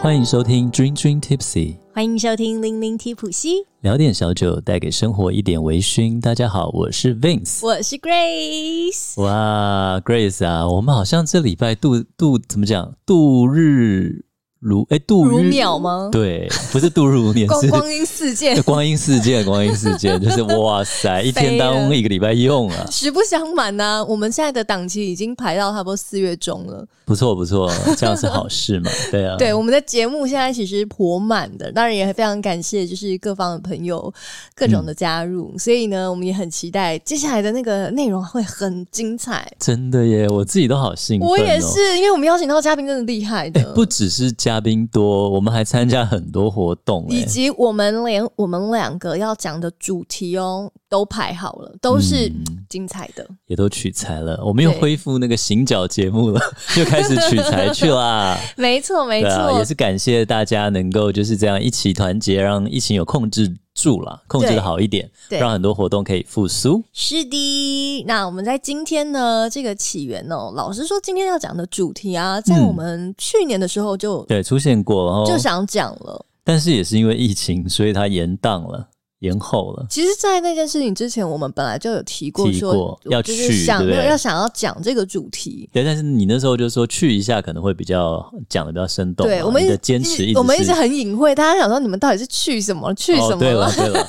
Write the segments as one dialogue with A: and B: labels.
A: 欢迎收听 Dream Dream Tipsy，
B: 欢迎收听《零零提普西》，
A: 聊点小酒，带给生活一点微醺。大家好，我是 Vince。
B: 我是 Grace。
A: 哇，Grace 啊，我们好像这礼拜度度怎么讲？度日如哎，度
B: 如
A: 日
B: 秒吗
A: 对，不是度日如年，
B: 光
A: 是，
B: 光阴似 箭
A: 光阴似 箭，光阴似箭，就是哇塞，一天
B: 飞
A: 当
B: 了
A: 一个礼拜用啊，
B: 实不相瞒呐、我们现在的档期已经排到差不多四月中了。
A: 不错不错，这样是好事 嘛？对啊，
B: 对，我们的节目现在其实颇满的，当然也非常感谢就是各方的朋友各种的加入，
A: 嗯
B: 所以呢，我们也很期待接下来的那个内容会很精彩。
A: 真的耶，我自己都好兴奋、哦。
B: 我也是，因为我们邀请到嘉宾真的厉害的，
A: 哎、不只是嘉宾多，我们还参加很多活动、哎
B: 以及我们连我们两个要讲的主题哦都排好了，都是
A: 嗯
B: 精彩的。
A: 也都取材了。我们又
B: 对
A: 恢复那个行脚节目了， 又开始取材去 啦。
B: 没错，没
A: 对
B: 错，
A: 啊，也是感谢大家能够就是这样一起团结，让疫情有控制住啦，控制
B: 对
A: 的好一点，
B: 对
A: 让很多活动可以复苏。
B: 是的，那我们在今天呢，这个起源哦，老实说，今天要讲的主题啊，在
A: 嗯
B: 我们去年的时候就、
A: 对，哦出现过，然后
B: 就想讲了。
A: 但是也是因为疫情，所以它延宕了，延后了。
B: 其实，在那件事情之前，我们本来就有提过
A: 提
B: 说，
A: 过
B: 我
A: 要
B: 就是
A: 去
B: 想
A: 对不对
B: 要想要讲这个主题。
A: 对，但是你那时候就说去一下可能会比较讲的比较生动嘛，
B: 对我们
A: 你
B: 一
A: 的坚持一直
B: 我们一
A: 是
B: 直很隐晦，大家想说你们到底是去什么去什
A: 哦、
B: 么
A: 对了对 了，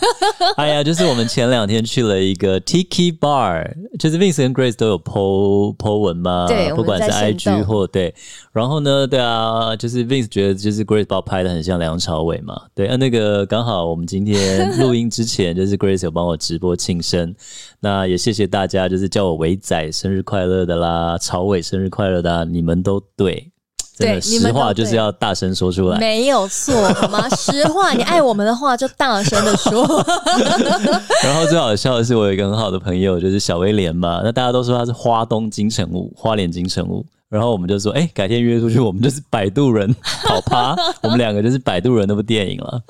A: 哎呀，就是我们前两天去了一个 Tiki Bar，就是 Vince 跟 Grace 都有 po po 文嘛，
B: 对我们
A: 不管是
B: 在线
A: IG
B: 动
A: 或对，然后呢，对啊，就是 Vince 觉得就是 Grace 把我拍的很像梁朝伟嘛，对，啊，那个刚好我们今天录音之前，就是 Grace 有帮我直播庆生，那也谢谢大家，就是叫我伟仔生日快乐的啦，朝伟生日快乐的、啊，你们都对。真的，
B: 对你们
A: 实话
B: 都
A: 就是
B: 对
A: 要大声说出来。
B: 没有错，好吗？实话，你爱我们的话就大声 的说。
A: 然后最好笑的是，我有一个很好的朋友，就是小威廉嘛。那大家都说他是花东金城武，花莲金城武。然后我们就说，哎、改天约出去，我们就是摆渡人跑 趴，我们两个就是摆渡人那部电影了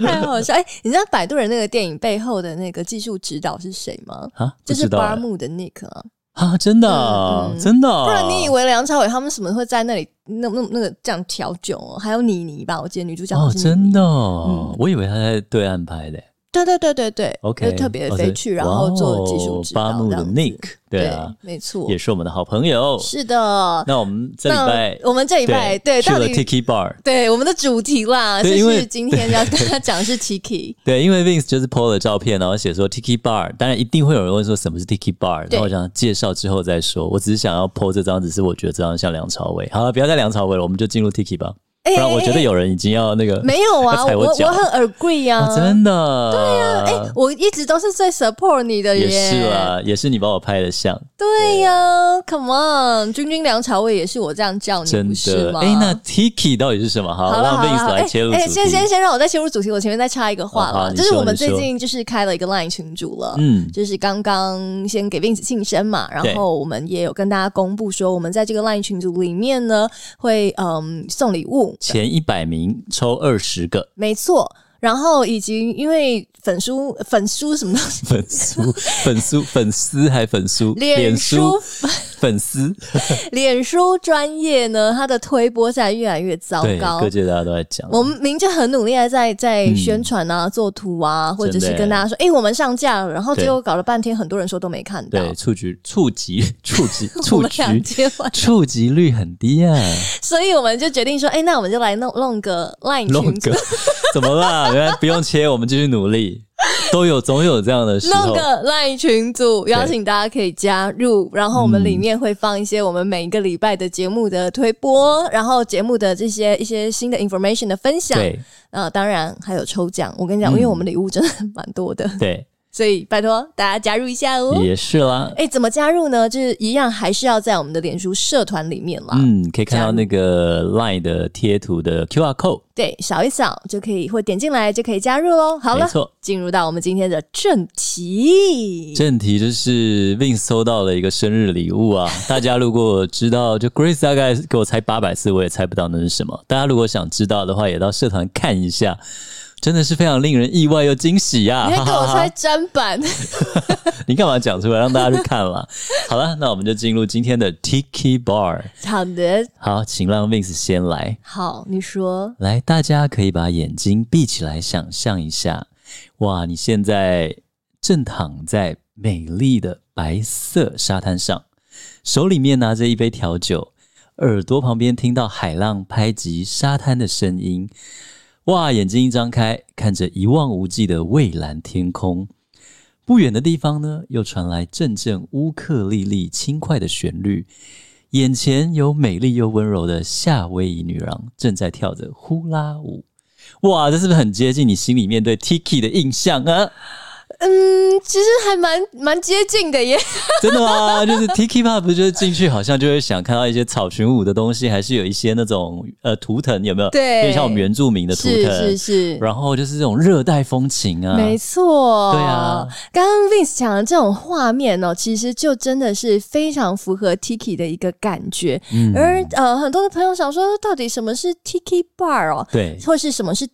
B: 太好笑！哎、你知道《摆渡人》那个电影背后的那个技术指导是谁吗？
A: 啊，不
B: 就是
A: 知道
B: 巴
A: 哎
B: 木的 Nick 啊，
A: 啊，真的啊、
B: 嗯嗯
A: 真的啊、
B: 不然你以为梁朝伟他们什么会在那里那那那个这样调酒哦？还有妮妮吧，我记得女主角好
A: 哦，
B: 像是妮
A: 真
B: 妮
A: 的、哦
B: 嗯
A: 我以为他在对岸拍的。
B: 对对对对对
A: OK，
B: 就特别
A: 哦
B: 飞
A: 是
B: 去，然后做技术指
A: 哇哦
B: 导
A: 巴木
B: 这
A: 的
B: 样子。
A: Nick，对
B: 对
A: 啊，
B: 没错，
A: 也是我们的好朋友。
B: 是的。
A: 那我们这礼拜
B: 那我们这礼拜对
A: 去
B: 到
A: 了
B: 底
A: Tiki Bar，
B: 对我们的主题啦，
A: 对
B: 就
A: 因为
B: 是今天要跟他讲是 Tiki，
A: 对，因为 Vince 就是 PO 了照片，然后写说 Tiki Bar，当然一定会有人问说什么是 Tiki Bar，然
B: 对
A: 后我想介绍之后再说。我只是想要 PO 这张，只是我觉得这张像梁朝伟。好了，不要再梁朝伟了，我们就进入 Tiki 吧。
B: 哎
A: 不然我觉
B: 哎
A: 得
B: 哎
A: 有人已经要那个
B: 没 有啊，
A: 要踩
B: 我
A: 我脚
B: 我很 agree 啊，
A: 啊真的，对呀、
B: 哎、我一直都是最 support 你的耶，
A: 也是啊啦，也是你把我拍的像，
B: 对呀、c o m on，君君梁朝伟也是我这样叫你，
A: 真
B: 不是
A: 的。
B: 吗？
A: 哎、那 Tiki 到底是什么？好，
B: 好了
A: 让
B: 好了
A: Vince
B: 好了，哎
A: 来切入主题。哦
B: 先先先让我再切入主题，我前面再插一个话
A: 好
B: 啦，
A: 好
B: 就是
A: 你说
B: 我们
A: 你说
B: 最近就是开了一个 LINE 群组了，
A: 嗯，
B: 就是刚刚先给 Vince 庆生嘛，
A: 对
B: 然后我们也有跟大家公布说，我们在这个 LINE 群组里面呢，会嗯送礼物，
A: 前一百名抽二十个
B: 没错。然后以及因为粉书粉书什么东西，
A: 粉丝，粉丝，粉丝还粉丝，
B: 脸
A: 书
B: 书
A: 粉丝，
B: 脸书专业呢，它的推播现在越来越糟
A: 对，
B: 糕
A: 各。界大家都在讲。
B: 我们明就很努力的在在宣传啊、做图啊，或
A: 嗯
B: 者是
A: 真的
B: 跟大家说，哎、我们上架了，然后
A: 对
B: 结果搞了半天，很多人说都没看到。
A: 对，触及触及 触及
B: 啊 我
A: 触
B: 们俩
A: 及
B: 接完，
A: 触及率很低 啊，
B: 所以我们就决定说，哎、那我们就来弄弄个 Line
A: 弄
B: 群组
A: 个， 怎么啦？ 原来不用切，我们继续努力，都有总有这样的时
B: 弄
A: 候。
B: 个 Line 群组，邀请大家可以加入。然后我们里面会放一些我们每一个礼拜的节目的推播，然后节目的这些一些新的 information 的分享。
A: 对
B: 呃，当然还有抽奖。我跟你讲，因为我们礼物真的蛮多的，
A: 对，
B: 所以拜托大家加入一下哦。
A: 也是啦。
B: 哎，怎么加入呢？就是一样，还是要在我们的脸书社团里面啦。
A: 嗯，可以看
B: 加
A: 到
B: 入
A: 那个 LINE 的贴图的 QR code，
B: 对，扫一扫就可以，或点进来就可以加入喽。好
A: 没
B: 了，
A: 错。
B: 进入到我们今天的正题。
A: 正题就是 Vin 收到了一个生日礼物 啊！大家如果知道，就 Grace 大概给我猜八百次，我也猜不到那是什么。大家如果想知道的话，也到社团看一下。真的是非常令人意外又惊喜呀、
B: 你
A: 哈
B: 还给
A: 啊哈
B: 我
A: 哈
B: 猜砧板？
A: 你干嘛讲出来让大家去看啦？好了，那我们就进入今天的 Tiki Bar。
B: 好的，
A: 好，请让 Vince 先来。
B: 好，你说
A: 来，大家可以把眼睛闭起来，想象一下，哇，你现在正躺在美丽的白色沙滩上，手里面拿着一杯调酒，耳朵旁边听到海浪拍击沙滩的声音，哇，眼睛一张开，看着一望无际的蔚蓝天空。不远的地方呢，又传来阵阵乌克丽丽轻快的旋律，眼前有美丽又温柔的夏威夷女郎正在跳着呼啦舞。哇，这是不是很接近你心里面对 Tiki 的印象啊？
B: 嗯，其实还蛮蛮接近的耶。
A: 真的吗？就是 Tiki 吧，不是就是进去好像就会想看到一些草裙舞的东西，还是有一些那种呃图腾有没有？
B: 对
A: 有点像我们原住民的图
B: 是
A: 腾。
B: 是是，
A: 然后就是这种热带风情啊，
B: 没错，
A: 对啊。
B: 刚刚 Vince 讲的这种画面哦，其实就真的是非常符合 Tiki 的一个感觉。
A: 嗯
B: 而呃，很多的朋友想说，到底什么是 Tiki Bar 哦？
A: 对，
B: 或是什么是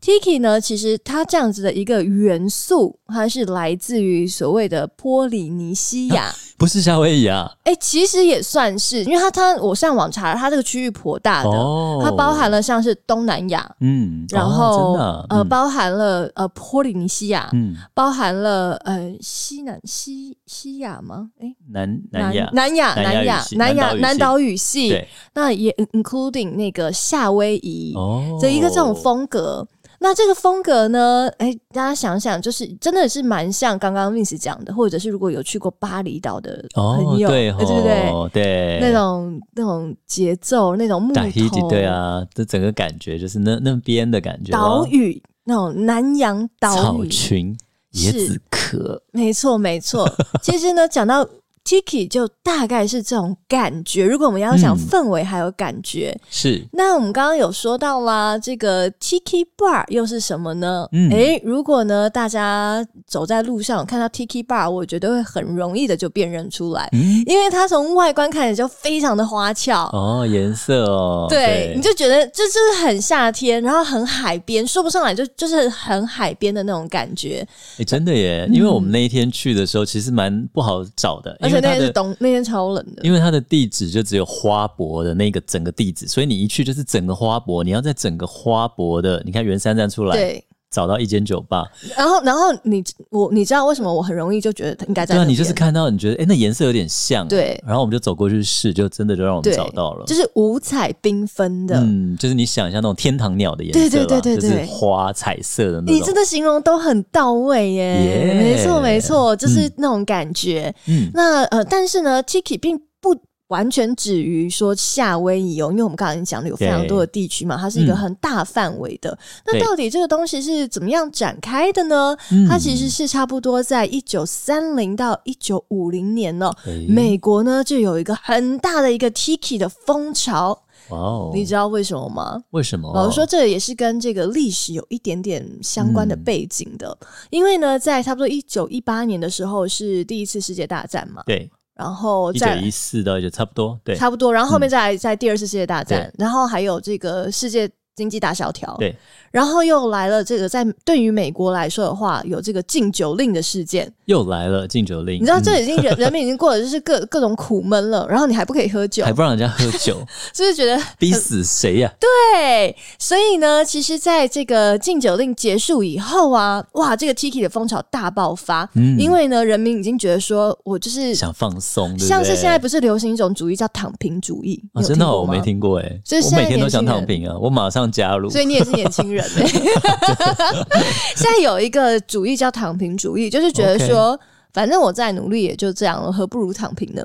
B: Tiki？Tiki 呢？其实它这样子的一个元素，它是来自于所谓的波利尼西亚。
A: 不是夏威夷啊，
B: 哎、其实也算是，因为它它我上网查了，它这个区域颇大的，
A: 哦
B: 它包含了像是东南亚，
A: 嗯，
B: 然
A: 哦
B: 后、
A: 真的啊
B: 呃
A: 嗯
B: 包含了呃波利尼西亚，
A: 嗯，
B: 包含了呃西南西西亚吗？哎、
A: 南南亚，
B: 南亚、
A: 南
B: 南
A: 亚
B: 亚
A: 语系、
B: 南亚、
A: 南
B: 南
A: 岛
B: 岛语系，
A: 对，
B: 那也嗯 including 那个夏威夷。
A: 哦
B: 的一个这种，风格。那这个风格呢？哎、大家想想，就是真的是蛮像刚刚 Vince 讲的，或者是如果有去过巴厘岛的
A: 哦
B: 朋，友，
A: 对，
B: 呃对不对？
A: 对？对，
B: 那种那种节奏，那种木
A: 打 hit，
B: 头，
A: 对，啊，这整个感觉就是那那边的感觉吧，
B: 岛屿那种南洋岛
A: 啊草
B: 屿，
A: 裙、椰
B: 是
A: 子壳，
B: 没错 没错。其实呢，讲到 Tiki 就大概是这种感觉。如果我们要讲
A: 嗯
B: 氛围还有感觉，
A: 是
B: 那我们刚刚有说到啦，这个 Tiki Bar 又是什么呢？
A: 嗯
B: 诶，如果呢大家走在路上看到 Tiki Bar，我觉得会很容易的就辨认出来，
A: 嗯
B: 因为它从外观看起来就非常的花俏。
A: 哦，颜色哦，
B: 对，你就觉得这就是很夏天，然后很海边，说不上来就就是很海边的那种感觉。
A: 诶哎真的耶，因为我们那一天去的时候其实蛮不好找的，
B: 嗯
A: 因
B: 而且
A: 为
B: 那
A: 它
B: 天是
A: 的。
B: 冬，那天超冷的。
A: 因为它的地址就只有花博的那个整个地址，所以你一去就是整个花博，你要在整个花博的，你看圆山站出来
B: 对，
A: 找到一间酒吧，
B: 然后然后你我你知道为什么我很容易就觉得应该在
A: 对啊，
B: 那
A: 你就是
B: 边
A: 看到你觉得哎、诶那颜色有点像，
B: 对
A: 然后我们就走过去试，就真的就让我们
B: 对
A: 找到了，
B: 就是五彩缤纷的，
A: 嗯，就是你想象那种天堂鸟的颜色啦，
B: 对对对对对
A: 就是花彩色的那
B: 你真
A: 种，
B: 的形容都很到位耶
A: Yeah
B: 没错没错，就是那种感觉。
A: 嗯，
B: 那呃，但是呢，Tiki 并不完全止于说夏威夷哦，因为我们刚刚已经讲了有非常多的地区嘛，它是一个
A: 嗯
B: 很大范围的。那
A: 对
B: 到底这个东西是怎么样展开的呢？
A: 嗯
B: 它其实是差不多在一九三零到一九五零年哦，
A: 诶
B: 美国呢就有一个很大的一个 Tiki 的风潮，
A: 哇哦，
B: 你知道为什么吗？
A: 为什么？
B: 老实说，这也是跟这个历史有一点点相关的
A: 嗯
B: 背景的，因为呢，在差不多一九一八年的时候是第一次世界大战嘛，
A: 对，
B: 然后
A: 一九
B: 在
A: 一四到一九差不多，对嗯
B: 差不多，然后后面再来在第二次世界大战
A: 对，
B: 然后还有这个世界经济大萧条，
A: 对，
B: 然后又来了这个在对于美国来说的话，有这个禁酒令的事件，
A: 又来了禁酒令，
B: 你知道这
A: 嗯
B: 已经 人人民已经过得就是各各种苦闷了，然后你还不可以喝酒
A: 还，不让人家喝 酒，
B: 就是觉得
A: 逼死谁呀？
B: 对，所以呢，其实在这个禁酒令结束以后啊，哇，这个 Tiki 的风潮大爆发，
A: 嗯
B: 因为呢，人民已经觉得说我就是
A: 想放松，对不对
B: 像是现在不是流行一种主义叫躺平主义，
A: 啊，
B: 你有
A: 真的
B: 听
A: 哦
B: 过
A: 我
B: 吗
A: 没。听过哎
B: 所以，
A: 我
B: 现在
A: 每天都
B: 年轻
A: 想
B: 人
A: 躺平啊，我马上加入，
B: 所以你也是年轻 人、欸，现在有一个主义叫躺平主义，就是觉得说反正我再努力也就这样了，何不如躺平呢？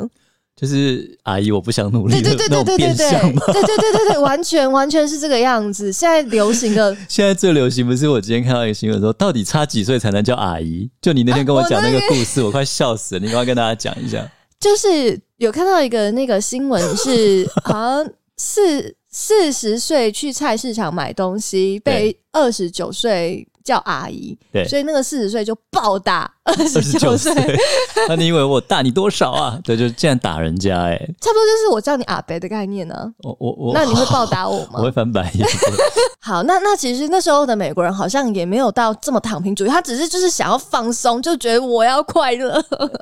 A: 就是阿姨，我不想努
B: 对
A: 力的
B: 对对
A: 那种
B: 对对对
A: 变
B: 对
A: 相吗？
B: 对对对对对，完全完全是这个样子。现在流行的
A: 现在最流行不是我今天看到一个新闻说，到底差几岁才能叫阿姨？就你那天跟我讲那个故事，我快笑死了。你要不要跟大家讲一下？
B: 就是有看到一个那个 新闻是，好像四四十岁去菜市场买东西，被二十九岁叫阿姨，
A: 对
B: 所以那个四十岁就暴打呃二
A: 二
B: 十
A: 十
B: 九
A: 九
B: 岁
A: 岁，，那你以为我大你多少啊？对，就这样打人家哎、
B: 差不多就是我叫你阿伯的概念呢、
A: 我我我，
B: 那你会报答我
A: 我会
B: 吗？
A: 翻白眼。
B: 好，那那其实那时候的美国人好像也没有到这么躺平主义，他只是就是想要放松，就觉得我要快乐。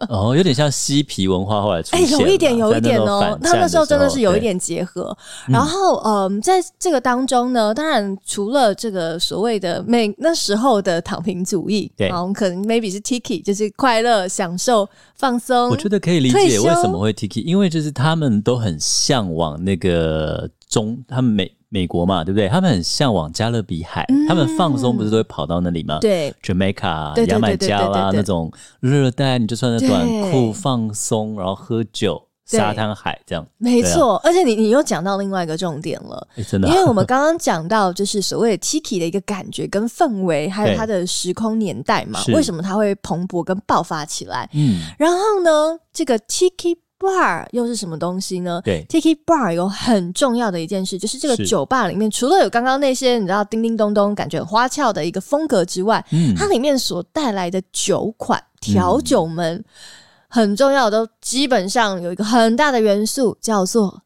A: 哦，有点像嬉皮文化后来出
B: 哎、
A: 现了，
B: 有一点，有一
A: 在
B: 点
A: 那种
B: 哦
A: 反，
B: 他
A: 战
B: 那时候真的是有一
A: 对
B: 点结合。然后，嗯，在这个当中呢，当然除了这个所谓的美那时候的躺平主义，
A: 对
B: 好，可能 maybe 是 Tiki，就是快乐、享受、放松。
A: 我觉得可以理
B: 退
A: 解
B: 休
A: 为什么会 Tiki，因为就是他们都很向往那个中，他们美美国嘛，对不对？他们很向往加勒比海，
B: 嗯
A: 他们放松不是都会跑到那里吗？。
B: 对，
A: Jamaica 啊
B: 对、对
A: 牙买
B: 对对
A: 加啦
B: 对对对
A: 那种热带，你就穿着短
B: 对
A: 裤放松，然后喝酒、
B: 对
A: 沙滩海这样，
B: 没错。而且你你又讲到另外一个重点了。
A: 诶啊真的啊、
B: 因为我们刚刚讲到，就是所谓的 Tiki 的一个感觉跟氛围，还有
A: 对
B: 它的时空年代嘛，
A: 是
B: 为什么它会蓬勃跟爆发起来？
A: 嗯，
B: 然后呢，这个 Tiki Bar 又是什么东西呢？
A: 对
B: ，Tiki Bar 有很重要的一件事，就是这个
A: 是
B: 酒吧里面，除了有刚刚那些你知道叮叮咚咚感觉很花俏的一个风格之外，
A: 嗯
B: 它里面所带来的酒款、调酒们、很重要的，都哦基本上有一个很大的元素叫做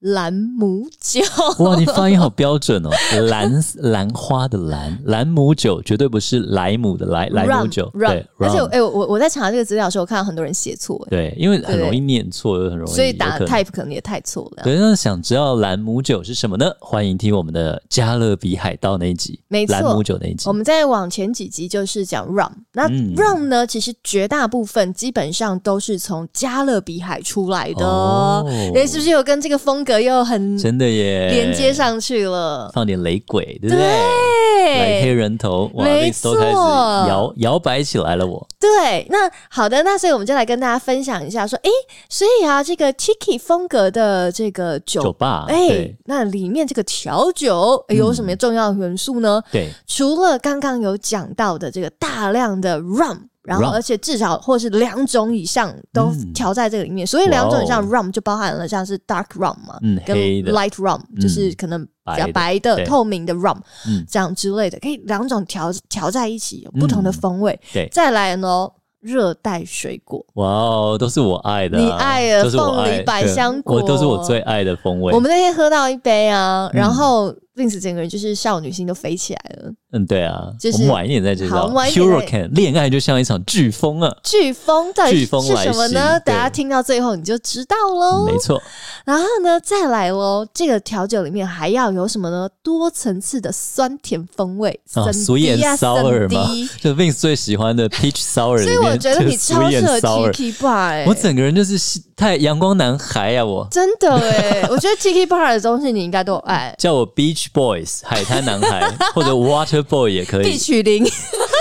B: 兰姆 酒。
A: 哇，你发音好标准哦！兰兰花的兰，兰姆酒绝对不是莱姆的莱，莱姆
B: rum
A: 酒
B: rum
A: 对
B: 而且
A: rum
B: 我哎、我我我在查这个资料的时候，我看到很多人写错、哎
A: 对，因为很容易
B: 对
A: 念错，又很容易
B: 所以打
A: 有可能
B: type 可能也太错了。
A: 对，那想知道兰姆酒是什么呢？欢迎听我们的加勒比海盗那一集，
B: 没错
A: 兰姆酒那一集
B: 我。们再往前几集就是讲 rum，那
A: 嗯
B: rum 呢，其实绝大部分基本上都是从加勒比海出来的，
A: 哦
B: 哎、是不是有跟这个风格又很
A: 真的耶，
B: 连接上去了？
A: 放点雷鬼，对不对？来黑
B: 对
A: 人头，哇，
B: 没
A: Vince 都开始
B: 错
A: 摇摇摆起来了我。
B: 对，那好的，那所以我们就来跟大家分享一下，说，哎，所以啊，这个 Tiki 风格的这个酒，
A: 酒吧，
B: 哎
A: 对，嗯
B: 那里面这个调酒、哎有什么重要的元素呢？
A: 对，
B: 除了刚刚有讲到的这个大量的 rum，然后
A: Rum 嗯
B: 而且至少或是两种以上都调在这个里面，所以两种以上
A: 哇
B: rum 就包含了像是 dark rum 嘛，
A: 嗯
B: 跟
A: 黑的
B: light rum，、
A: 嗯
B: 就是可能比较白的、
A: 白的对
B: 透明的 rum
A: 嗯
B: 这样之类的，可以两种调调在一起，有不同的风味。
A: 嗯对
B: 再来呢，热带水果，
A: 哇哦，都是我爱的啊，
B: 你爱的
A: 都是我
B: 凤梨
A: 爱的
B: 百香果
A: 我都是我最爱的风味
B: 我。们那天喝到一杯啊，
A: 嗯
B: 然后 Vince 整个人就是少女心都飞起来了，
A: 嗯，对啊，
B: 就是
A: 我们晚一点再介
B: 好我
A: 绍。
B: 们晚一点再
A: Hurricane 恋爱就像一场飓风啊，
B: 飓风到底
A: 飓风
B: 是
A: 来
B: 什么
A: 袭
B: 呢？
A: 对
B: 大家听到最后你就知道喽。
A: 嗯没错，
B: 然后呢，再来喽，这个调酒里面还要有什么呢？多层次的酸甜风味，
A: 啊，
B: 酸
A: 俗眼
B: 滴啊
A: sour
B: 酸
A: 嘛
B: 滴，
A: 就 Vince 最喜欢的 peach sour 里
B: 哦所
A: 面，
B: 以我觉得你
A: 这个
B: 超
A: sweet
B: 适
A: and
B: 合
A: sour。
B: Tiki Bar，、欸、
A: 我整个人就是西太阳光男孩啊！我
B: 真的哎、我觉得 Tiki Bar 的东西你应该都哎 爱。
A: 叫我 Beach Boys 海滩男孩 或者 Water Boy 也可
B: 必
A: 以。
B: 曲零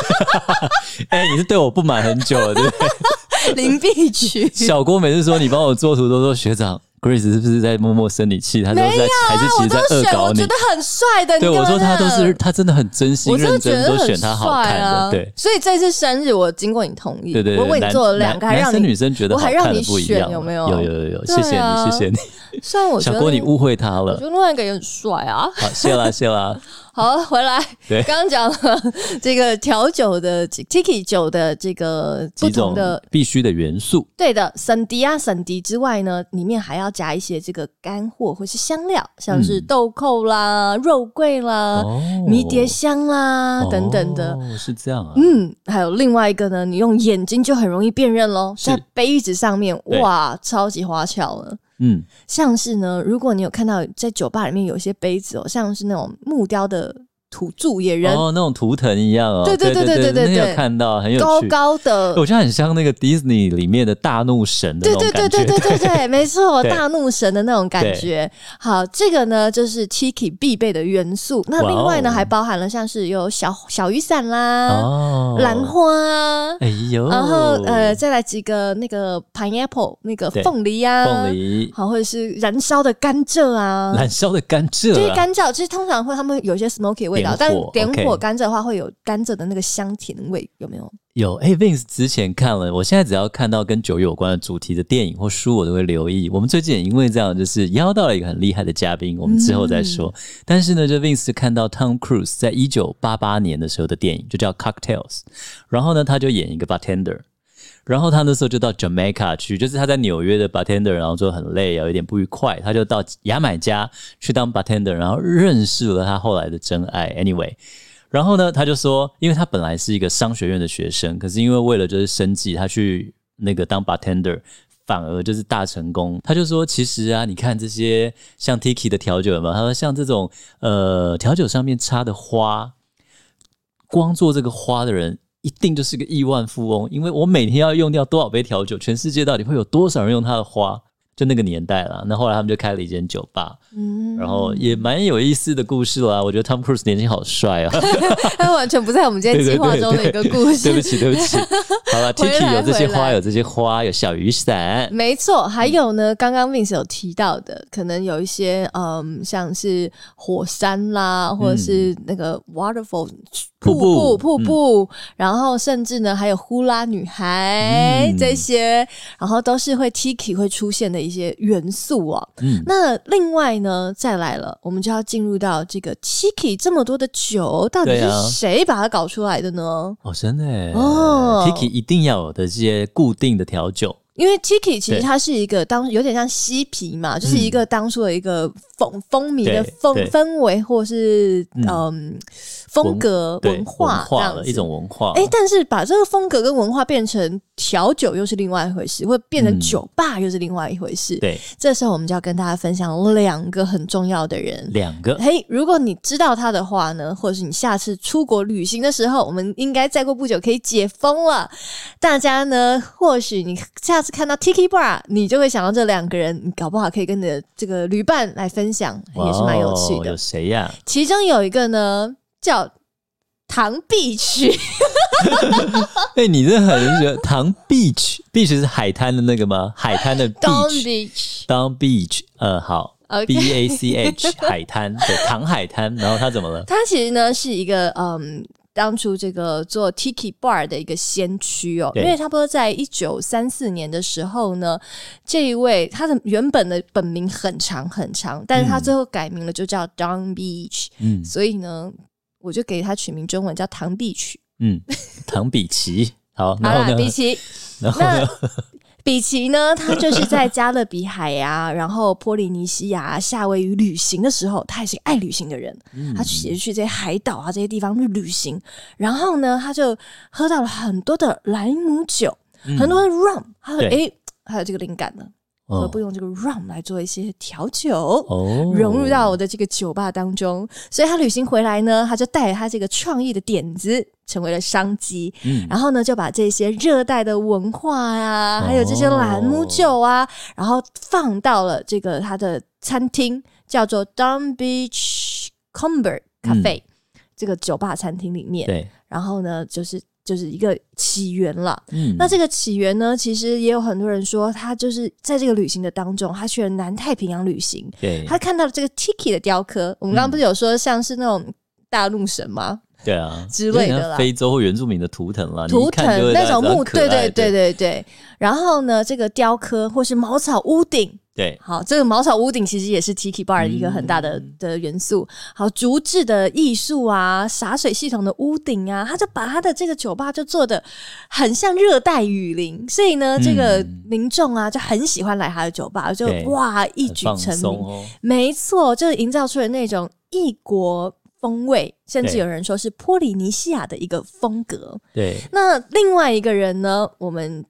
A: 哎、你是对我不满很久了，对不对？
B: 零必 曲，
A: 小郭每次说你帮我做图，都说学长 Grace 是不是在默默生你气？他都是在还是其
B: 啊我
A: 实
B: 都
A: 在恶
B: 选
A: 搞
B: 我
A: 你
B: 觉？得很帅的。你
A: 对，
B: 干
A: 我
B: 嘛
A: 说他
B: 呢
A: 都是，他真的很真心
B: 我真的
A: 认
B: 觉
A: 真，
B: 得
A: 都
B: 很
A: 选他好
B: 帅
A: 看
B: 啊
A: 的。对，
B: 所以这次生日我经过你同意，
A: 对对对，
B: 我为你
A: 男
B: 做了两个，
A: 男
B: 还让
A: 男生女
B: 你
A: 生觉得
B: 我
A: 好
B: 还让
A: 看
B: 你
A: 的不一
B: 选
A: 样，
B: 有没有
A: 有有有有，
B: 对
A: 谢谢
B: 啊
A: 你，谢谢你，
B: 虽然我觉
A: 小
B: 得
A: 郭你误会他
B: 我觉
A: 了。
B: 得另外一个也很帅啊。
A: 好，谢啦谢啦，
B: 好，回来。
A: 对
B: 刚刚讲了这个调酒的 Tiki 酒的这个不
A: 几种
B: 同的，
A: 必须的元素，
B: 对的，沈迪啊，沈迪之外呢，里面还要加一些这个干货或是香料，像是
A: 嗯
B: 豆蔻啦、肉桂啦、
A: 哦
B: 呃迷迭香啦等等的。
A: 哦，是这样啊，
B: 嗯，还有另外一个呢，你用眼睛就很容易辨认喽，
A: 是
B: 在杯子上面，
A: 对
B: 哇，超级花俏了。
A: 嗯，
B: 像是呢，如果你有看到在酒吧里面有一些杯子哦，像是那种木雕的土著野人，
A: 哦，那种图腾一样哦，
B: 对对
A: 对
B: 对对对
A: 那天
B: 对
A: 有看到，很有
B: 高
A: 趣，
B: 高的，
A: 我觉得很像那个 Disney 里面的大怒神的
B: 呃
A: 那种
B: 对对
A: 感
B: 对
A: 觉，
B: 对对对对，没错，
A: 对
B: 大怒神的那种感觉。好，这个呢就是 Tiki 必备的元素。那
A: 哇哦
B: 另外呢还包含了像是有小小雨伞啦、
A: 哦，
B: 兰花啊，
A: 哎呦，
B: 然后呃再来几个那个 pineapple 那个
A: 对
B: 凤梨啊，
A: 凤梨，
B: 好或者是燃烧的甘蔗啊。
A: 燃烧的甘蔗、啊，
B: 就是干燥，其实通常会他们有一些 smoky 味味道，
A: 点
B: 但是
A: 火
B: 点
A: OK
B: 火甘蔗的话会有甘蔗的那个香甜味，有没有？
A: 有哎、v i n c e 之前看了，我现在只要看到跟酒有关的主题的电影或书，我都会留意。我们最近也因为这样，就是邀到了一个很厉害的嘉宾，我们之后再说。但是呢，这 Vince 看到 Tom Cruise 在一九八八年的时候的电影，就叫《Cocktails》，然后呢，他就演一个 bartender。然后他那时候就到 Jamaica 去，就是他在纽约的 bartender，然后就很累啊，有一点不愉快，他就到牙买加去当 bartender，然后认识了他后来的真爱。Anyway，然后呢，他就说，因为他本来是一个商学院的学生，可是因为为了就是生计，他去那个当 bartender。反而就是大成功，他就说：“其实啊，你看这些像 Tiki 的调酒有没有？他说像这种呃调酒上面插的花，光做这个花的人，一定就是个亿万富翁，因为我每天要用掉多少杯调酒，全世界到底会有多少人用他的花？就那个年代啦。那后来他们就开了一间酒吧，
B: 嗯，
A: 然后也蛮有意思的故事啦。我觉得 Tom Cruise 年轻好帅啊。
B: 它完全不在我们今天
A: 对对
B: 哎计划
A: 对
B: 中的一个故
A: 对不
B: 事。
A: 起，对 不起。好了
B: 回来
A: ，Tiki 有这些
B: 回
A: 花，
B: 来
A: 有这些花，有小雨伞。
B: 没错，还有呢，刚刚 Vince 有提到
A: 嗯
B: 的，可能有一些嗯，像是火山啦，或者是那个 waterfall
A: 嗯瀑
B: 布
A: 布嗯
B: 瀑布，然后甚至呢还有呼啦女孩、
A: 嗯
B: 这些，然后都是会 Tiki 会出现的一些元素哦。
A: 嗯，
B: 那另外呢，再来了，我们就要进入到这个 Tiki 这么多的酒，到底
A: 对啊
B: 是谁把它搞出来的呢？
A: 哦，真的耶
B: 哦
A: ，Tiki 一定要有的这些固定的调酒。
B: 因为 Tiki 其实
A: 对嗯
B: 它是一个当有点像嬉皮嘛，就是一个当初的一个风风靡的
A: 对
B: 风
A: 对
B: 氛围，或是嗯
A: 嗯
B: 风格
A: 对，文
B: 化这样
A: 了
B: 子
A: 一。种文化。
B: 哎、但是把这个风格跟文化变成调酒又是另外一回事，或变成
A: 嗯
B: 酒吧又是另外一回事。
A: 对，
B: 这时候我们就要跟大家分享两个很重要的人。
A: 两个
B: 嘿，如果你知道它的话呢，或者是你下次出国旅行的时候，我们应该再过不久可以解封了。大家呢，或许你下次看到 Tiki Bar，你就会想到这两个人，你搞不好可以跟你的这个旅伴来分享，也是蛮有趣
A: 哇哦
B: 的。
A: 有谁呀？
B: 其中有一个呢，叫。唐碧曲，
A: 哎，你这很喜欢唐 Beach，Beach 是海滩的那个吗？海滩 的
B: Don
A: Beach，
B: Beach，
A: 当 Beach，呃，好
B: OK
A: ，B A C H 海滩，对，唐海滩。然后他怎么了？
B: 他其实呢是一个嗯，当初这个做 Tiki Bar 的一个先驱哦，因
A: 对
B: 为差不多在一九三四年的时候呢，这一位他的原本的本名很长很长，但是他最后改名了，就叫 Don Beach，、
A: 嗯
B: 所以呢，我就给他取名中文叫唐碧曲。
A: 嗯，唐比奇。好，
B: 好
A: 然后
B: 啦，比
A: 呢？
B: 奇，
A: 然后
B: 那
A: 呢？
B: 比奇呢？他就是在加勒比海 啊，然后波利尼西亚、夏威夷旅行的时候，他也是个爱旅行的人。
A: 嗯
B: 他其实去这些海岛啊这些地方去旅行，然后呢，他就喝到了很多的莱姆酒，
A: 嗯
B: 很多的 rum。他说：“
A: 对
B: 诶，还有这个灵感呢，何不用这个 rum 来做一些调酒？”
A: 哦，
B: 融入到我的这个酒吧当中。所以他旅行回来呢，他就带着他这个创意的点子。成为了商机，
A: 嗯
B: 然后呢，就把这些热带的文化呀、
A: 哦
B: 还有这些兰姆酒啊，然后放到了这个他的餐厅，叫做 Don Beach Comber Cafe、这个酒吧餐厅里面。
A: 嗯对，
B: 然后呢，就是就是一个起源了。
A: 嗯，
B: 那这个起源呢，其实也有很多人说，他就是在这个旅行的当中，他去了南太平洋旅行，
A: 对，
B: 他看到了这个 Tiki 的雕刻，我们刚刚不是有说像是那种大陆神吗？
A: 对啊
B: 之类的啦
A: 有点像非洲或原住民的图腾啦，
B: 图腾那种木，
A: 对
B: 对对对对对。然后呢，这个雕刻或是茅草屋顶，
A: 对，
B: 好，这个茅草屋顶其实也是 Tiki Bar 一个很大的、
A: 嗯
B: 的元素。好，竹制的艺术啊，洒水系统的屋顶啊，他就把他的这个酒吧就做的很像热带雨林，所以呢，这个
A: 嗯
B: 民众啊就很喜欢来他的酒吧，就
A: 对
B: 哇一
A: 很
B: 举
A: 放
B: 成
A: 松
B: 名。
A: 哦，
B: 没错，就是营造出了那种异国风味，甚至
A: 对
B: 有人说是波利尼西亚的一个风格。
A: 对，
B: 那另外一个人呢，我们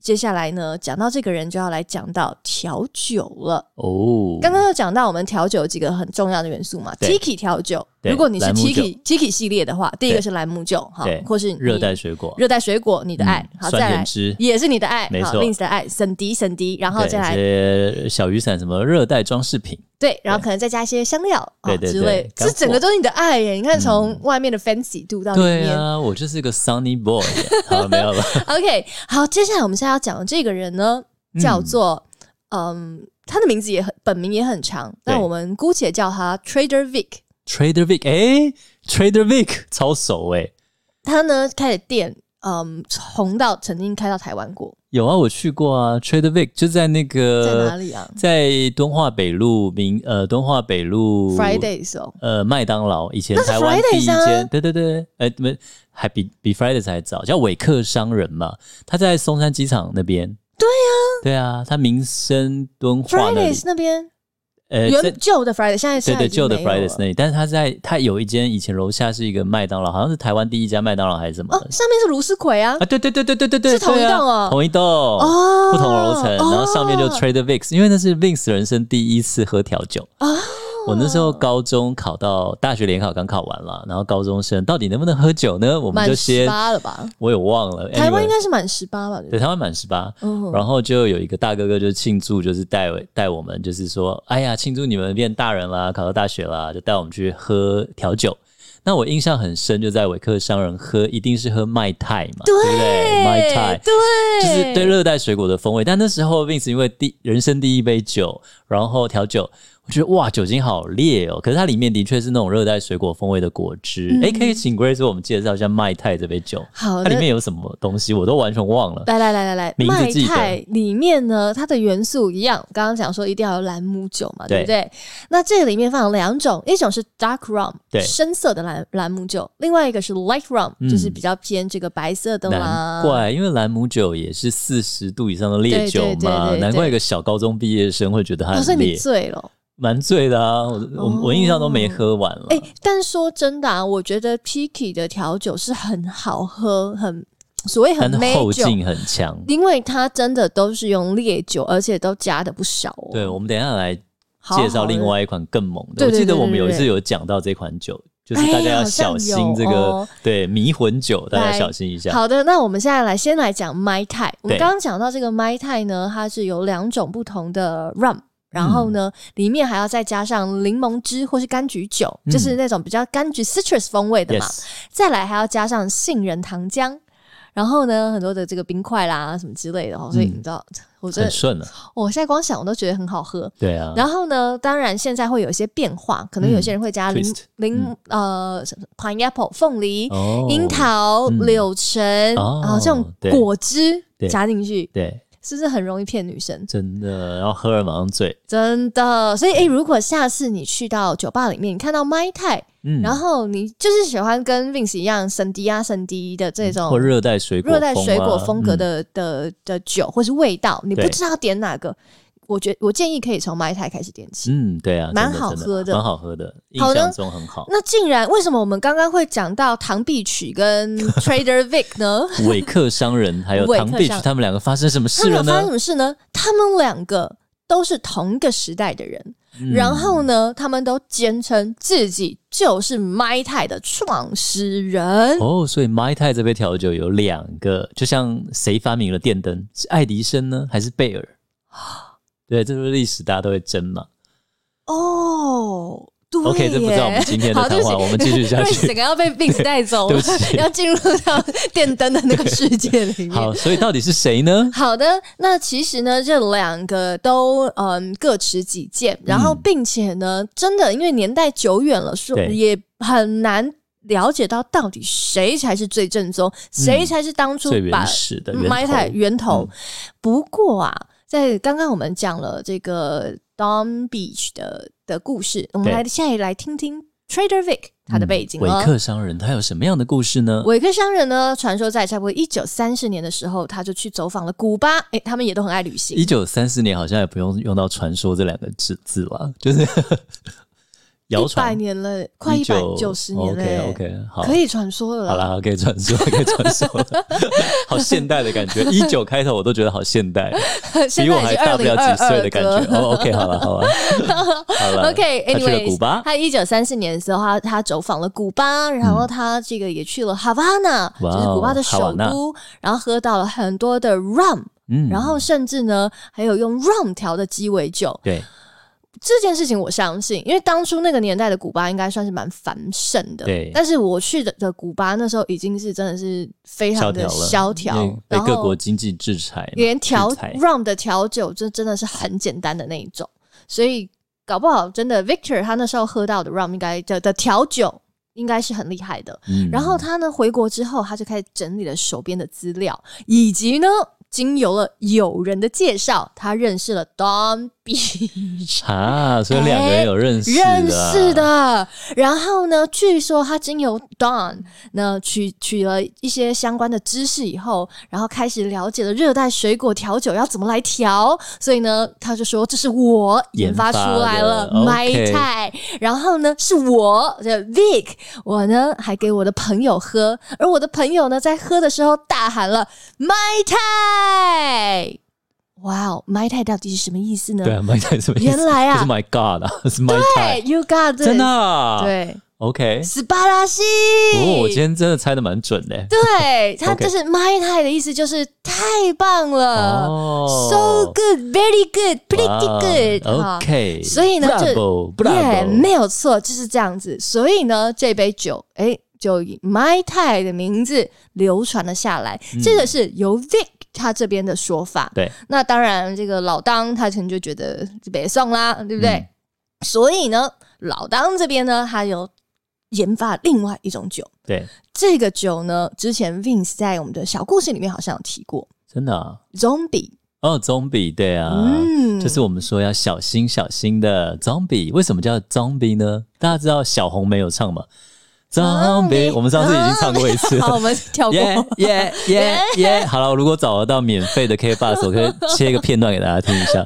B: 接下来呢讲到这个人，就要来讲到调酒了。
A: 哦，
B: 刚刚有讲到我们调酒有几个很重要的元素嘛
A: 对
B: ，Tiki 调酒。
A: 对
B: 如果你是
A: 莱姆酒
B: Tiki Tiki 系列的话，第一个是莱姆酒哈
A: 对，
B: 或是你
A: 热带水果，
B: 热带水果，你的爱。
A: 嗯
B: 好，
A: 酸
B: 再
A: 甜
B: 来
A: 汁
B: 也是你的爱，
A: 没
B: 好
A: 错
B: ，Vince 的爱，沈迪沈迪，然后
A: 对
B: 再来
A: 一些小雨伞什么热带装饰品，
B: 对，然后
A: 对
B: 可能再加一些香料
A: 对
B: 啊
A: 对
B: 之
A: 对
B: 类，
A: 干
B: 这整个
A: 货嗯
B: 都是你的爱耶！你看从外面的 fancy 度哦到里
A: 对
B: 面、
A: 啊，我就是个 Sunny Boy，好 没有了，
B: o k 好，接下来我们现在要讲的这个人呢，叫做嗯嗯他的名字也很本名也很长，但
A: 对
B: 我们姑且叫他 Trader Vic。
A: Trader Vic，哎、Trader Vic 超熟哎、
B: 他呢开的店，嗯，红到曾经开到台湾过，
A: 有啊，我去过啊，Trader Vic 就在那个
B: 在哪里啊
A: 在敦化北路明呃敦化北路
B: ？Fridays 哦，
A: 呃麦当劳以前
B: 那是
A: 台湾第一
B: Fridays 啊
A: 间，对对对，呃没还比比 Fridays 还早，叫伟克商人嘛，他在松山机场那边。
B: 对
A: 呀、啊，对啊，他民生敦化那里
B: Fridays 那边
A: 呃在
B: 原旧的 Fridays，现在
A: 对
B: 现在
A: 对，
B: 已经
A: 旧的
B: 没有
A: Fridays
B: 了
A: 那里，但是他在他有一间以前楼下是一个麦当劳，好像是台湾第一家麦当劳还是什么
B: 哦
A: 的，
B: 上面是卢思奎啊
A: 啊？，对对对对对对对，
B: 是同一
A: 对啊
B: 栋哦
A: 同一栋
B: 哦
A: 啊不同楼层，然后上面就
B: 哦
A: Trader Vix，因为那是 Vix 人生第一次喝调酒。
B: 哦
A: 我那时候高中考到大学联考刚考完了，然后高中生到底能不能喝酒呢？我们就
B: 满十
A: 先
B: 八了吧？
A: 我也忘了，
B: 台湾
A: anyway，
B: 应该是满十八吧？对不对
A: 对台湾满十八，
B: 嗯
A: 然后就有一个大哥哥就庆祝，就是带我带我们，就是说，哎呀，庆祝你们变大人啦，考到大学啦，就带我们去喝调酒。那我印象很深，就在维克商人喝，一定是喝麦泰嘛，对不对？麦泰。
B: 对，
A: 就是对热带水果的风味，但那时候 Vince 因为第人生第一杯酒，然后调酒，我觉得哇酒精好烈哦，可是它里面的确是那种热带水果风味的果汁。哎、可以请 Grace 为我们介绍一下麦泰这杯酒，
B: 嗯好
A: 它里
B: 的
A: 面。有什么东西我都完全忘了。
B: 来来来来来，
A: 名字
B: 麦
A: 记得
B: 泰里面呢，它的元素一样，刚刚讲说一定要有兰姆酒嘛，对不对？那这个里面放有两种，一种是 dark rum，
A: 对
B: 深色的兰兰姆酒，另外一个是 light rum，、
A: 嗯
B: 就是比较偏这个白色的
A: 难。
B: 啦
A: 怪，因为兰姆酒也是四十度以上的烈酒嘛，
B: 对对对对对
A: 难怪一个小高中毕业生会觉得它
B: 哦，所以
A: 很
B: 你
A: 烈，
B: 醉了。
A: 蛮、醉的啊。我我、我印象都没喝完了。
B: 哎、但是说真的啊，我觉得 Tiki 的调酒是很好喝，很所谓很
A: 但
B: 美
A: 后
B: 酒，
A: 劲很强。
B: 因为它真的都是用烈酒，而且都加的不少哦。
A: 对，我们等一下来
B: 好好
A: 介绍另
B: 的
A: 外一款更猛的。
B: 对对
A: 我记得
B: 对对
A: 我们有一
B: 对
A: 次有讲到这款酒，就是
B: 哎
A: 大家要
B: 好像
A: 小心
B: 有
A: 这个、
B: 哦
A: 对迷魂酒，大家
B: 来
A: 小心一下。
B: 好的，那我们现在来先来讲 Mai Tai。我们
A: 对
B: 刚刚讲到这个 Mai Tai 呢，它是有两种不同的 rum。然后呢，里面还要再加上柠檬汁或是柑橘酒，
A: 嗯
B: 就是那种比较柑橘 citrus 风味的嘛。
A: Yes，
B: 再来还要加上杏仁糖浆，然后呢，很多的这个冰块啦什么之类的哦。所以
A: 嗯
B: 你知道，我真
A: 很
B: 的，哦
A: 顺了、啊。
B: 我现在光想我都觉得很好喝。
A: 对啊，
B: 然后呢，当然现在会有一些变化，可能有些人会加
A: 嗯
B: 柠
A: ，twist，
B: 柠、呃什么 pineapple 凤梨，
A: 哦
B: 樱桃、
A: 嗯
B: 柳橙，
A: 哦
B: 然后这种果汁
A: 对
B: 加进去，
A: 对，
B: 是不是很容易骗女生？
A: 真的，然后喝了马上醉。
B: 真的，所以诶，如果下次你去到酒吧里面，你看到 My 泰，
A: 嗯，
B: 然后你就是喜欢跟 Vince 一样神迪啊神迪的这种
A: 嗯或热带水果、
B: 热带水果风格
A: 嗯
B: 的、的的酒或是味道，你不
A: 对
B: 知道点哪个，我觉我建议可以从 My 泰开始点起。
A: 嗯，对啊，
B: 蛮
A: 真的
B: 好
A: 真
B: 喝的
A: 蛮好喝的，印
B: 好的
A: 象中很好。
B: 那竟然为什么我们刚刚会讲到唐碧 曲跟 Trader Vic 呢？
A: 韦克商人 还有
B: 韦克
A: 唐 b i
B: 商
A: 他们两个发生什么
B: 他
A: 事
B: 们
A: 了
B: 俩发生
A: 呢
B: 什？么事呢？他们两个都是同一个时代的人，
A: 嗯
B: 然后呢，他们都坚称自己就是麦泰的创始人。
A: 哦，所以 My Tai 这杯调酒有两个，就像谁发明了电灯？是爱迪生呢，还是 贝尔？对，这就是历史，大家都会争嘛。
B: 哦，对
A: OK，这不知道我们今天的
B: 好对
A: 谈
B: 不起
A: 话，我们继续下
B: Grace 整
A: 去。
B: 个要被 Vince 带走
A: 对
B: 了
A: 不起，
B: 要进入到电灯的那个世界里面。
A: 好，所以到底是谁 呢？
B: 好的，那其实呢，这两个都嗯各持己见，然后
A: 嗯
B: 并且呢，真的因为年代久远了，说
A: 对
B: 也很难了解到到底谁才是最正宗，谁才是当
A: 嗯
B: 初
A: 最
B: 把
A: 原始的源
B: m 泰
A: 头。嗯
B: 源头。不过啊，在刚刚我们讲了这个 Don Beach 的的故事，我们
A: 对嗯
B: 来现在来听听 Trader Vic 他的背景哦
A: 韦
B: 了。
A: 克商人他有什么样的故事呢？
B: 维克商人呢，传说在差不多一九三十年的时候，他就去走访了古巴。诶，他们也都很爱旅行
A: 一。九三四年好像也不用用到“传说”这两个字字了，就是 谣
B: 一百
A: 传。
B: 年了，快一百九十年了、
A: OK OK，好，
B: 可以传说了
A: 好
B: 啦。
A: 啦，可以传说，可以传说了， 好现代的感觉。一九开头我都觉得好现代，
B: 现
A: 比我
B: 在
A: 还
B: 已经
A: 大
B: 二
A: 不
B: 零
A: 了
B: 二
A: 几岁
B: 二
A: 的感觉。哦，OK，好了，好 了，好了。他去了
B: OK，anyway，、
A: 古巴，
B: 他一九三四年的时候，他他走访了古巴，然后他这个也去了哈瓦那，
A: 哇哦
B: 就是古巴的
A: 哈
B: 首
A: 瓦那
B: 都，然后喝到了很多的 rum，、
A: 嗯
B: 然后甚至呢还有用 rum 调的鸡尾酒。
A: 对，
B: 这件事情我相信，因为当初那个年代的古巴应该算是蛮繁盛的。
A: 对
B: 但是我去的的古巴那时候已经是真的是非常
A: 萧
B: 的
A: 条了，
B: 萧
A: 因
B: 条
A: 为，被
B: 然
A: 各国
B: 后
A: 经济制裁嘛，
B: 连调
A: 制裁
B: rum 的调酒，这真的是很简单的那一种，所以。搞不好真的 Victor 他那时候喝到的 rum 应该的的调酒应该是很厉害的。
A: 嗯
B: 然后他呢回国之后，他就开始整理了手边的资料，以及呢经由了友人的介绍，他认识了 Don Beach。
A: 啊，所以两个人有认识、啊，
B: 哎认识，的，然后呢？据说他经由 Don 那取取了一些相关的知识以后，然后开始了解了热带水果调酒要怎么来调，所以呢，他就说这是我研发出来了
A: 研发的
B: My
A: OK
B: 菜，然后呢是我这 Vic，我呢还给我的朋友喝，而我的朋友呢在喝的时候大喊了 My 菜。哇哦，My 菜到底是什么意思呢？
A: 对啊，My 太什么意思？
B: 原来啊
A: 不是 My God 啊， 是 My
B: 哎
A: 太，
B: ，You got this！
A: 真的、啊，
B: 对，
A: ，OK。
B: 斯巴拉西。
A: 不哦过我今天真的猜的蛮准的、
B: 对他
A: OK
B: 就是 my tai 的意思，就是太棒了、
A: 哦
B: s o good, very good, pretty good，
A: 哇
B: 哈、
A: OK，
B: 所以呢就
A: Bravo，Bravo，
B: 耶没有错，就是这样子。所以呢，这杯酒，哎，就以 my tai 的名字流传了下来。
A: 嗯
B: 这个是由 Vic 他这边的说法。
A: 对，
B: 那当然，这个老当他可能就觉得别送啦，对不对？
A: 嗯
B: 所以呢，老当这边呢，他有研发另外一种酒。
A: 对，
B: 这个酒呢，之前 Vince 在我们的小故事里面好像有提过
A: 真的、啊。
B: ，Zombie，、
A: 哦，总比对啊，
B: 嗯
A: 就是我们说要小心小心的 zombie，为什么叫 zombie 呢？大家知道小红没有唱吗
B: Zombie，啊
A: ？zombie，我们上次已经唱过一次
B: 好，我
A: 了。
B: 们跳过。
A: 耶耶耶耶！好了，如果找得到免费的 K bus，我可 以切一个片段给大家听一下。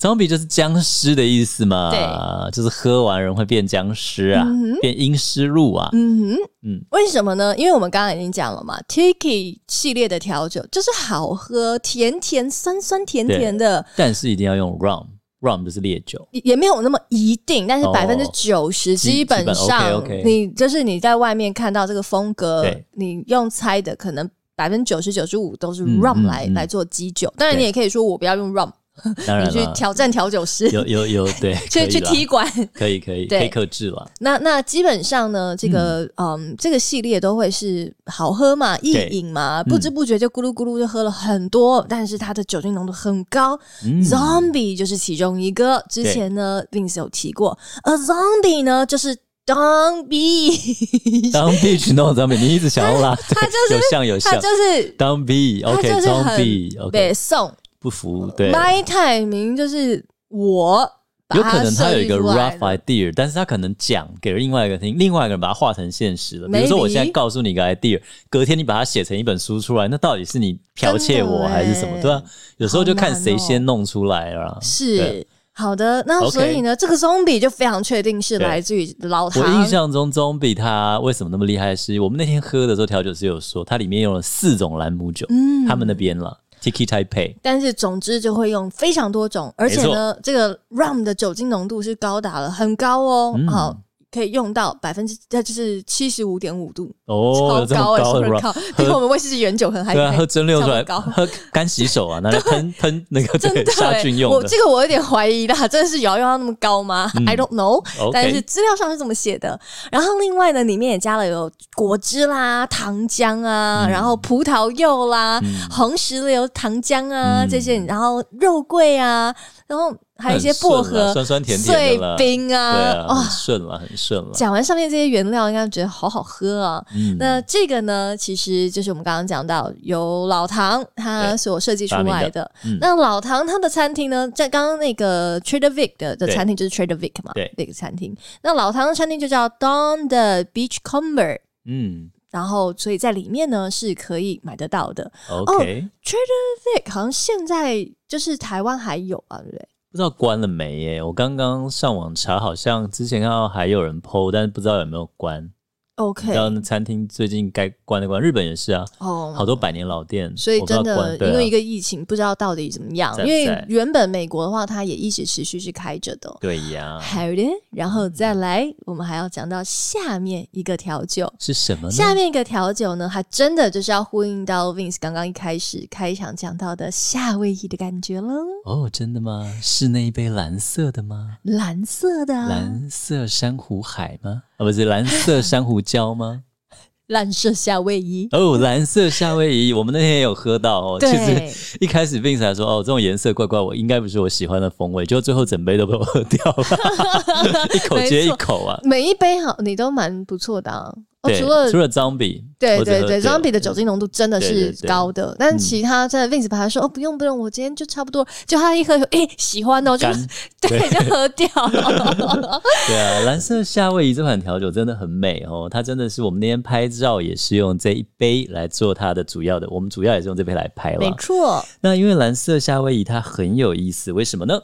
A: zombie 就是僵尸的意思嘛，
B: 对，
A: 就是喝完人会变僵尸啊，
B: 嗯
A: 变阴尸路啊。
B: 嗯哼，
A: 嗯
B: 为什么呢？因为我们刚刚已经讲了嘛，Tiki 系列的调酒就是好喝，甜甜酸酸甜甜的，
A: 但是一定要用 rum，rum 就是烈酒。
B: 也也没有那么一定，但是
A: 哦
B: 百分之九十基本
A: 基本
B: 上，
A: OK，OK
B: 你就是你在外面看到这个风格
A: 对，
B: 你用猜的可能百分之九十九十五都是
A: 嗯嗯
B: rum 来、
A: 嗯
B: 来做基酒，当然你
A: 对
B: 也可以说我不要用 rum，
A: 当
B: 你
A: 然
B: 去
A: 了，
B: 挑战调酒师，
A: 有有有，对，可
B: 去
A: 以
B: 去
A: 啦
B: 踢馆。
A: 可以可以，
B: 对
A: 可以克制了。
B: 那那基本上呢，这个嗯这个系列都会是好喝嘛，易
A: 对嗯
B: 饮嘛，不知不觉就咕噜咕噜就喝了很多，但是它的酒精浓度很高。
A: 嗯
B: Zombie 就是其中一个。之
A: 对
B: 前呢，Vince 有提过，A zombie 呢就是 zombie，
A: 当 beach 弄当 zombie，你一直想要 拉，他
B: 就是
A: 有像有
B: 它
A: 像
B: 就是
A: 当 b
B: 它
A: OK
B: 就是很
A: zombie OK
B: 北宋
A: 不服对，
B: My Time 名就是我。把
A: 有
B: 它
A: 可能他有一个
B: 设计出来
A: rough idea，但是他可能讲给另外一个听，另外一个人把它化成现实了。比如说
B: Maybe
A: 我现在告诉你一个 idea，隔天你把它写成一本书出来，那到底是你剽窃
B: 真
A: 我
B: 的
A: 还是什么？
B: 欸
A: 对啊，有时候就看
B: 好难
A: 谁
B: 哦
A: 先弄出来啊了。
B: 是
A: 对
B: 好的，那
A: OK
B: 所以呢，这个 zombie 就非常确定是
A: 对
B: 来自于老
A: 我
B: 唐
A: 印象中，Zombie 它为什么那么厉害是？我们那天喝的时候，调酒师有说，它里面用了四种兰姆酒，
B: 嗯
A: 他们那边了，Tiki Taipei，
B: 但是总之就会用非常多种，而且呢，这个 rum 的酒精浓度是高达了很高哦，
A: 嗯
B: 好。可以用到百分之，呃，就是七十五点五度，
A: 哦，有这么
B: 超高
A: 高
B: 哎、
A: 的
B: 欸，
A: rum，
B: 高， 比我们威士忌原酒很还
A: 对啊，喝蒸馏出来
B: 超哎高，
A: 喝干洗手啊，拿 来喷喷那个
B: 真
A: 对
B: 的、
A: 杀菌
B: 欸，
A: 用
B: 我
A: 的
B: 这。个我有点怀疑啦，真的是有要用到那么高吗、
A: 嗯
B: i don't know，、
A: OK
B: 但是资料上是这么写的。然后另外呢，里面也加了有果汁啦、糖浆啊，
A: 嗯
B: 然后葡萄柚啦、
A: 嗯
B: 红石榴糖浆啊、
A: 嗯
B: 这些，然后肉桂啊，然后还有一些
A: 很顺
B: 薄
A: 啦
B: 荷、
A: 酸酸甜甜的啦
B: 碎冰
A: 对
B: 啊，
A: 啊，很顺了，很顺了。
B: 讲完上面这些原料，应该觉得好好喝啊。
A: 嗯，
B: 那这个呢，其实就是我们刚刚讲到由老唐他
A: 对
B: 所设计出
A: 发明
B: 来
A: 的
B: 的。
A: 嗯
B: 那老唐他的餐厅呢，在刚刚那个 Trader Vic 的的
A: 对
B: 餐厅就是 Trader Vic 嘛，
A: 对
B: 那个餐厅。那老唐的餐厅就叫 Don 的 Beachcomber，
A: 嗯
B: 然后所以在里面呢是可以买得到的。哦
A: ，OK，
B: Trader Vic 好像现在就是台湾还有啊，对不对？
A: 不知道关了没耶？我刚刚上网查，好像之前看到还有人 PO，但是不知道有没有关。你知道
B: OK，
A: 那餐厅最近该关的关，日本也是啊，
B: 哦
A: 好多百年老店，
B: 所以
A: 我不知
B: 真
A: 道
B: 的
A: 关，对啊
B: 因为一个疫情，不知道到底怎么样。
A: 在不
B: 因为
A: 在
B: 原本美国的话，它也一直持续是开着的。
A: 对啊呀，
B: 好的，然后再来，我们还要讲到下面一个调酒。
A: 是什么呢？
B: 下面一个调酒呢，还真的就是要呼应到 Vince 刚刚一开始开场讲到的夏威夷的感觉了，
A: 哦，真的吗？是那一杯蓝色的吗？
B: 蓝色的、啊，
A: 蓝色珊瑚海吗？啊，不是蓝色珊瑚礁吗？
B: 蓝色夏威夷。
A: 哦，蓝色夏威夷，我们那天也有喝到哦。其
B: 对
A: 实一开始 Vince 还说，哦，这种颜色怪怪，我应该不是我喜欢的风味，就最后整杯都被我喝 掉了， 一口接一口啊。
B: 每一杯好，你都蛮不错的、啊。哦，
A: 对，
B: 除了
A: 除了 Zombie，
B: 对
A: 我只
B: 对
A: 喝
B: 对
A: 这个
B: ，Zombie 的酒精浓度真的
A: 对
B: 是
A: 对对嗯
B: 高的，但其他真的 Vince 把他说哦不用不用，我今天就差不多，就他一喝，哎、喜欢哦，就
A: 干
B: 对就喝 掉了。
A: 对啊，蓝色夏威夷这款调酒真的很美哦，它真的是我们那天拍照也是用这一杯来做它的主要的，我们主要也是用这杯来拍
B: 没
A: 啦。
B: 错，
A: 那因为蓝色夏威夷它很有意思，为什么呢？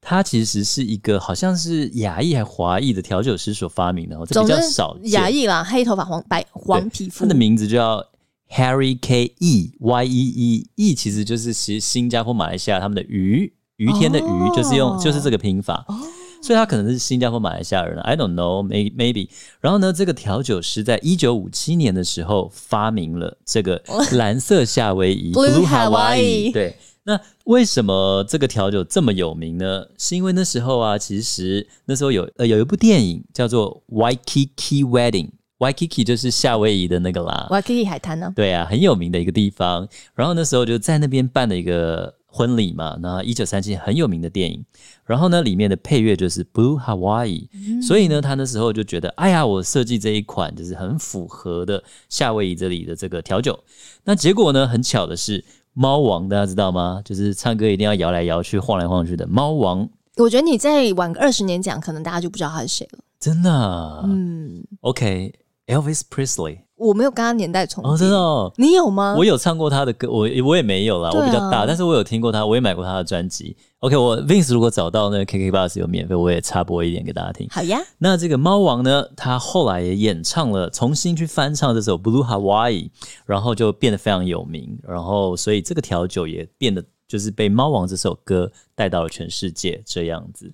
A: 它其实是一个好像是亚裔还华裔的调酒师所发明的哦，这
B: 总
A: 比
B: 之
A: 较少见。
B: 亚裔啦，黑头发黄白黄皮肤
A: 他的，名字叫 Harry K E Y E E E，其实就是其实新加坡、马来西亚他们的鱼于天的鱼
B: 哦，
A: 就是用就是这个拼法
B: 哦。
A: 所以他可能是新加坡、马来西亚人，I don't know，may maybe。然后呢，这个调酒师在一九五七年的时候发明了这个蓝色夏威夷
B: 哦 Blue
A: Blue
B: Hawaii
A: Hawaii。对，那为什么这个调酒这么有名呢？是因为那时候啊，其实那时候有呃有一部电影叫做《Waikiki Wedding》，Waikiki 就是夏威夷的那个啦
B: 我。还可以海滩呢、
A: 对啊，很有名的一个地方。然后那时候就在那边办了一个婚礼嘛，那一九三七很有名的电影。然后呢，里面的配乐就是《Blue Hawaii》，所以呢，他那时候就觉得，哎呀，我设计这一款就是很符合的夏威夷这里的这个调酒。那结果呢，很巧的是，猫王大家知道吗？就是唱歌一定要摇来摇去、晃来晃去的猫王，
B: 我觉得你再晚个二十年讲，可能大家就不知道他是谁了。
A: 真的啊、
B: 嗯，
A: OK，Elvis、Presley，
B: 我没有跟他年代重
A: 哦，
B: 叠、
A: 真的哦。
B: 你有吗？
A: 我有唱过他的歌，我我也没有啦，
B: 嗯对啊
A: 我比较大，但是我有听过他，我也买过他的专辑。OK，我 Vince 如果找到那个 KK Bus 有免费，我也插播一点给大家听。
B: 好呀，
A: 那这个猫王呢，他后来也演唱了，重新去翻唱这首《Blue Hawaii》，然后就变得非常有名，然后所以这个调酒也变得就是被猫王这首歌带到了全世界这样子。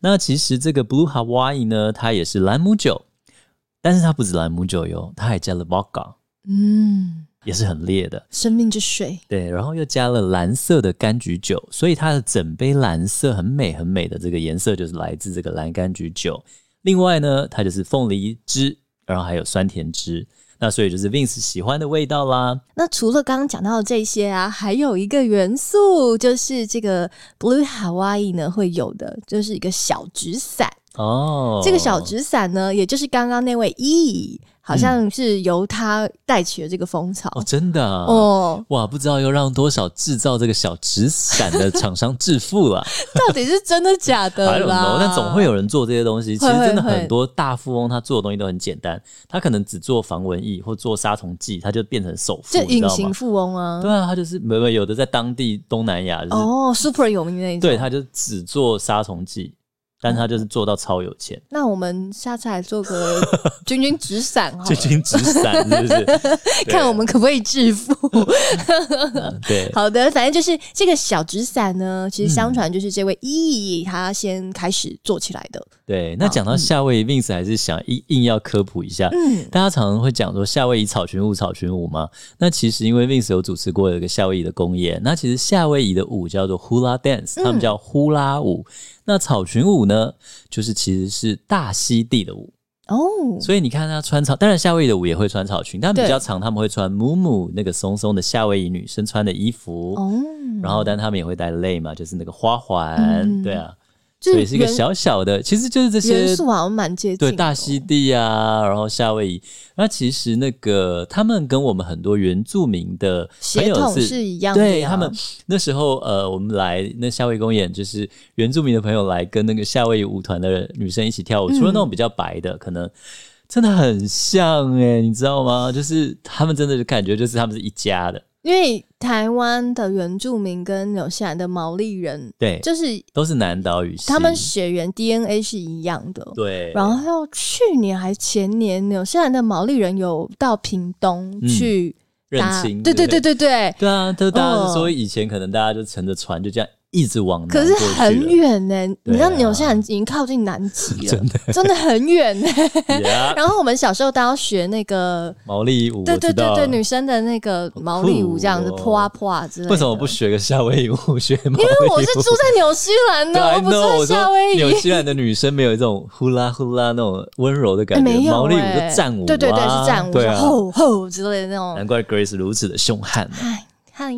A: 那其实这个 Blue Hawaii 呢，它也是兰姆酒，但是它不止兰姆酒哟，它还加了 vodka，
B: 嗯，
A: 也是很烈的。
B: 生命之水，
A: 对，然后又加了蓝色的柑橘酒，所以它的整杯蓝色很美很美的这个颜色就是来自这个蓝柑橘酒。另外呢，它就是凤梨汁，然后还有酸甜汁，那所以就是 Vince 喜欢的味道啦。
B: 那除了刚刚讲到的这些啊，还有一个元素就是这个 Blue Hawaii 呢会有的，就是一个小纸伞。
A: 哦，
B: 这个小纸伞呢，也就是刚刚那位 E，好像是由他带起了这个风潮。
A: 嗯哦，真的啊、
B: 哦，
A: 哇，不知道又让多少制造这个小纸伞的厂商致富 了。
B: 到底是真的假
A: I
B: 的
A: don't
B: 啦
A: know，？但总会有人做这些东西。其
B: 会
A: 实真的
B: 会会
A: 很多大富翁他做的东西都很简单，他可能只做防蚊液或做杀虫剂，他就变成首富，
B: 这
A: 你知
B: 隐
A: 道
B: 形
A: 吗？
B: 富翁啊
A: 对，啊，他就是没有有的在当地东南亚，就是、
B: 哦，Super 有名的那一种。
A: 对，他就只做杀虫剂，但他就是做到超有钱，
B: 那我们下次来做 个君君纸伞好
A: 就
B: 了，
A: 君纸 伞是不是？对
B: 嗯看我们可不可以致富。
A: 对
B: 好的，反正就是这个小纸伞呢，其实相
A: 嗯
B: 传就是这位伊他先开始做起来的。
A: 对。那讲到夏威夷，Vince 还是想硬硬要科普一下。
B: 嗯，
A: 大家常常会讲说夏威夷草裙舞、草裙舞嘛，那其实因为 Vince 有主持过有一个夏威夷的公演，那其实夏威夷的舞叫做 Hula
B: 嗯
A: Dance，他们叫呼啦舞。那草裙舞呢，就是其实是大溪地的舞，
B: 哦，
A: 所以你看她穿草，当然夏威夷的舞也会穿草裙，但比较
B: 对
A: 常他们会穿 mumu 那个松松的夏威夷女生穿的衣服，
B: 哦，
A: 然后但他们也会戴 lei 嘛，就是那个花环，
B: 嗯
A: 对啊，
B: 就
A: 所以是一个
B: 元
A: 小小的，其实就是这些
B: 元素好像蛮接近的哦，
A: 对大溪地啊，然后夏威夷，那其实那个他们跟我们很多原住民的朋
B: 血
A: 友
B: 统
A: 是。
B: 是一样的呀，
A: 对他们那时候，呃，我们来那夏威夷公演，就是原住民的朋友来跟那个夏威夷舞团的女生一起跳舞，除了那种比较白的，可能真的很像哎、你知道 吗？就是他们真的就感觉就是他们是一家的，
B: 因为台湾的原住民跟纽西兰的毛利人，
A: 对，
B: 就是
A: 都是南岛语系，
B: 他们血缘 DNA 是一样的。
A: 对，
B: 然后去年还前年，纽西兰的毛利人有到屏东
A: 嗯
B: 去
A: 认
B: 搭，
A: 亲，
B: 对对
A: 对
B: 对
A: 不
B: 对对，
A: 对啊，就大家
B: 哦
A: 说以前可能大家就乘着船就这样。一直往南
B: 可是
A: 过去
B: 很
A: 了
B: 远呢、你知道
A: 对啊
B: 纽西兰已经靠近南极 了，
A: 真的
B: 真的很远呢、
A: Yeah，
B: 然后我们小时候都要学那个，
A: 毛利舞，
B: 对对
A: 我知
B: 对
A: 道
B: 对，女生的那个毛利舞这样子，
A: 好酷哦
B: 扑啊扑啊之类的。
A: 为什么不学个夏威夷舞，学毛利舞？
B: 因为我是住在纽西 兰的，
A: 对
B: 我不是
A: I know，
B: 在
A: 我说
B: 夏威夷。
A: 纽西兰的女生没有这种呼啦呼啦那种温柔的感
B: 哎
A: 觉，
B: 没有、欸，
A: 毛利舞就战舞、啊，
B: 对对对，是战舞，哦
A: 对啊，嗯
B: 吼吼之类的那种哎
A: 难。怪 Grace 如此的凶悍、啊。
B: 嗨嗨，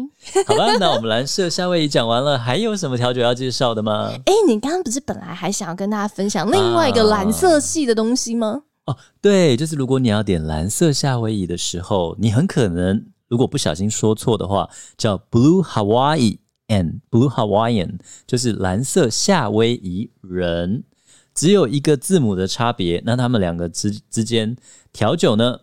A: 好吧，那我们蓝色夏威夷讲完了，还有什么调酒要介绍的吗？
B: 哎、你刚刚不是本来还想要跟大家分享另外一个
A: 啊
B: 蓝色系的东西吗？
A: 哦，对，就是如果你要点蓝色夏威夷的时候，你很可能如果不小心说错的话，叫 Blue Hawaii and Blue Hawaiian，就是蓝色夏威夷人，只有一个字母的差别。那他们两个之之间调酒呢，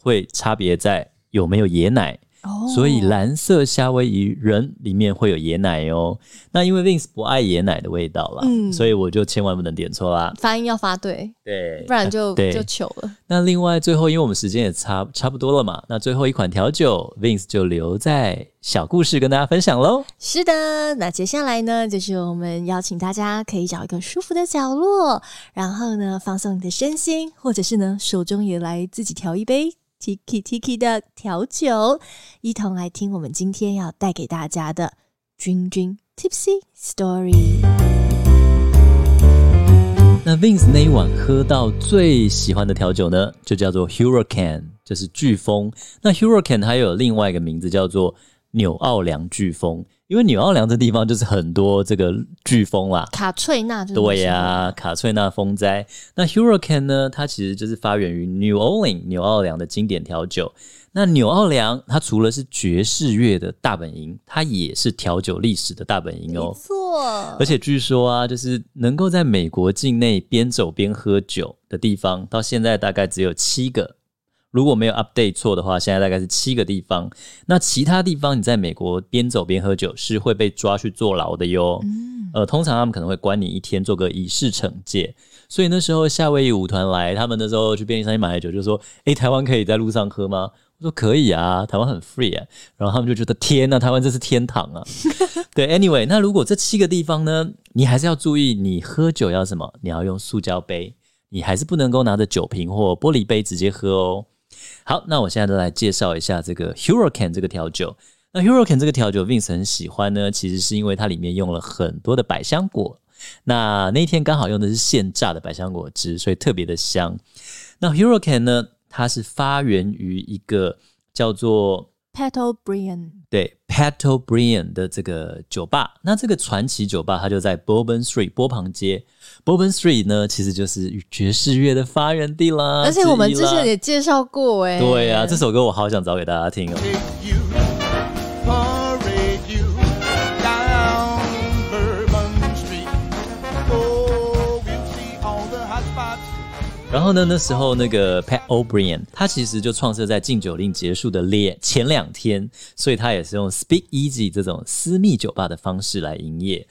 A: 会差别在有没有椰奶。
B: 哦
A: 所以蓝色夏威夷人里面会有椰奶哦。那因为 Vince 不爱椰奶的味道啦，
B: 嗯
A: 所以我就千万不能点错啦。
B: 发音要发对，
A: 对，
B: 不然就
A: 啊对
B: 就糗了。
A: 那另外最后，因为我们时间也差差不多了嘛，那最后一款调酒，Vince 就留在小故事跟大家分享喽。
B: 是的，那接下来呢，就是我们邀请大家可以找一个舒服的角落，然后呢放松你的身心，或者是呢手中也来自己调一杯 Tiki Tiki 的调酒，一同来听我们今天要带给大家的君君 Tipsy Story。
A: 那 Vince 那一晚喝到最喜欢的调酒呢，就叫做 Hurricane，就是飓风。那 Hurricane 还有另外一个名字叫做纽奥良飓风，因为纽奥良这地方就是很多这个飓风啦。
B: 卡翠娜就是
A: 对
B: 什
A: 呀、
B: 么
A: 卡翠娜风灾。那 Hurricane 呢？它其实就是发源于 New Orleans 纽奥良的经典调酒。那纽奥良它除了是爵士乐的大本营，它也是调酒历史的大本营
B: 没
A: 哦。
B: 错
A: 而，且据说啊，就是能够在美国境内边走边喝酒的地方，到现在大概只有七个。如果没有 update 错的话，现在大概是七个地方。那其他地方你在美国边走边喝酒是会被抓去坐牢的哟。
B: 嗯，
A: 呃，通常他们可能会关你一天，做个以示惩戒。所以那时候夏威夷舞团来，他们那时候去便利商店买了酒，就说：“诶，台湾可以在路上喝吗？”我说：“可以啊，台湾很 free 啊。”然后他们就觉得：“天呐、台湾这是天堂啊！”对，anyway，那如果这七个地方呢，你还是要注意，你喝酒要什么？你要用塑胶杯，你还是不能够拿着酒瓶或玻璃杯直接喝哦。好，那我现在就来介绍一下这个 Hurricane 这个调酒。那 Hurricane 这个调酒，Vince 很喜欢呢，其实是因为它里面用了很多的百香果。那那一天刚好用的是现榨的百香果汁，所以特别的香。那 Hurricane 呢，它是发源于一个叫做
B: Petal Brian，
A: 对 Pato Brian 的这个酒吧，那这个传奇酒吧它就在 Bourbon Street 波旁街。Bourbon Street 呢，其实就是爵士乐的发源地啦，
B: 而且我们
A: 啊之一
B: 之
A: 啦
B: 前也介绍过、哎，
A: 对啊，这首歌我好想找给大家听哦。
C: Parade you, parade you down Bourbon Street. Oh, we'll see all the hot spots.
A: 然后呢，那时候那个 Pat O'Brien，他其实就创设在禁酒令结束的列前两天，所以他也是用 Speak Easy 这种私密酒吧的方式来营业。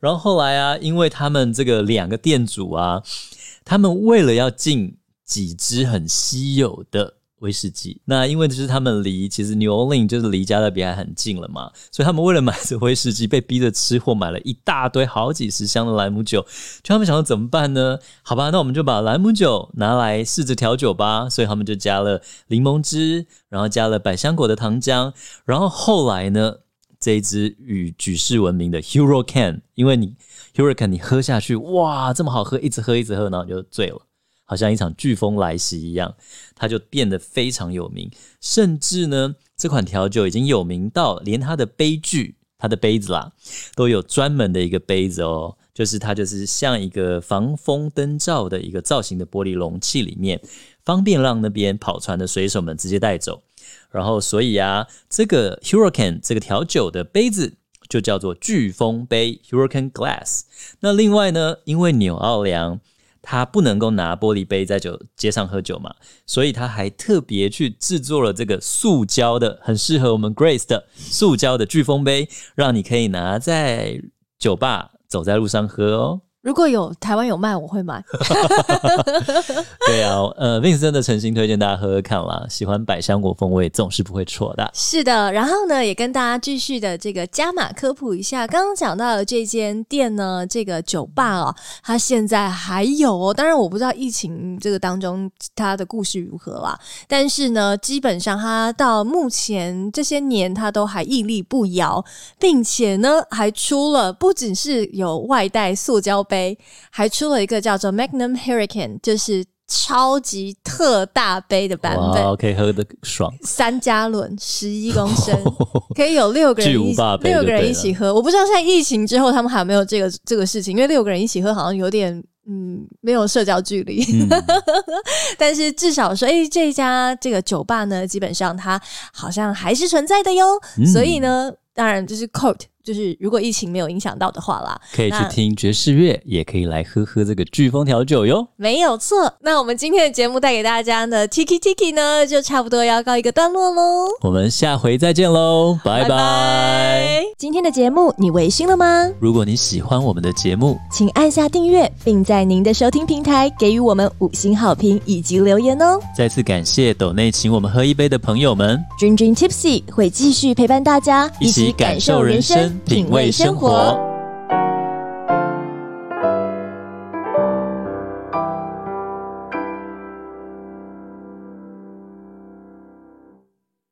A: 然后后来啊，因为他们这个两个店主啊，他们为了要进几支很稀有的威士忌，那因为就是他们离其实 New Orleans 就是离加勒比海很近了嘛，所以他们为了买这威士忌，被逼着吃货买了一大堆好几十箱的莱姆酒。就他们想要怎么办呢？好吧，那我们就把莱姆酒拿来试着调酒吧。所以他们就加了柠檬汁，然后加了百香果的糖浆，然后后来呢，这一支与举世闻名的 Hurricane，因为你 Hurricane 你喝下去，哇，这么好喝，一直喝一直喝，然后你就醉了。好像一场飓风来袭一样，它就变得非常有名，甚至呢，这款调酒已经有名到连它的杯具、它的杯子啦，都有专门的一个杯子哦，就是它就是像一个防风灯罩的一个造型的玻璃容器里面，方便让那边跑船的水手们直接带走。然后，所以啊，这个 Hurricane 这个调酒的杯子就叫做飓风杯 （Hurricane Glass）。那另外呢，因为纽奥良它不能够拿玻璃杯在酒街上喝酒嘛，所以他还特别去制作了这个塑胶的，很适合我们 Grace 的塑胶的飓风杯，让你可以拿在酒吧走在路上喝哦。
B: 如果有台湾有卖，我会买。
A: 对啊，呃，Vince 真的诚心推荐大家喝喝看啦，喜欢百香果风味总是不会错的。
B: 是的，然后呢，也跟大家继续的这个加码科普一下。刚刚讲到的这间店呢，这个酒吧哦，它现在还有哦。当然，我不知道疫情这个当中它的故事如何啦，但是呢，基本上它到目前这些年，它都还屹立不摇，并且呢，还出了不仅是有外带塑胶杯，还出了一个叫做 Magnum Hurricane，就是超级特大杯的版本。
A: 哇，可以喝的爽，
B: 三加仑，十一公升， 可以有六个人一
A: 巨无霸杯
B: 六
A: 就
B: 个
A: 对
B: 人一起喝。我不知道现在疫情之后他们还有没有这个这个事情，因为六个人一起喝好像有点嗯没有社交距离。
A: 嗯，
B: 但是至少说，哎、这家这个酒吧呢，基本上它好像还是存在的哟。
A: 嗯
B: 所以呢，当然就是 coat，就是如果疫情没有影响到的话啦，
A: 可以去
B: 那
A: 听爵士乐，也可以来喝喝这个飓风调酒哟。
B: 没有错。那我们今天的节目带给大家的 Tiki Tiki 呢，就差不多要告一个段落喽。
A: 我们下回再见喽，拜拜。
B: 今天的节目你微醺了吗？
A: 如果你喜欢我们的节目，
B: 请按下订阅，并在您的收听平台给予我们五星好评以及留言哦。
A: 再次感谢斗内请我们喝一杯的朋友们，
B: 君君 Tipsy 会继续陪伴大家，
A: 一起感受人生，品味生活。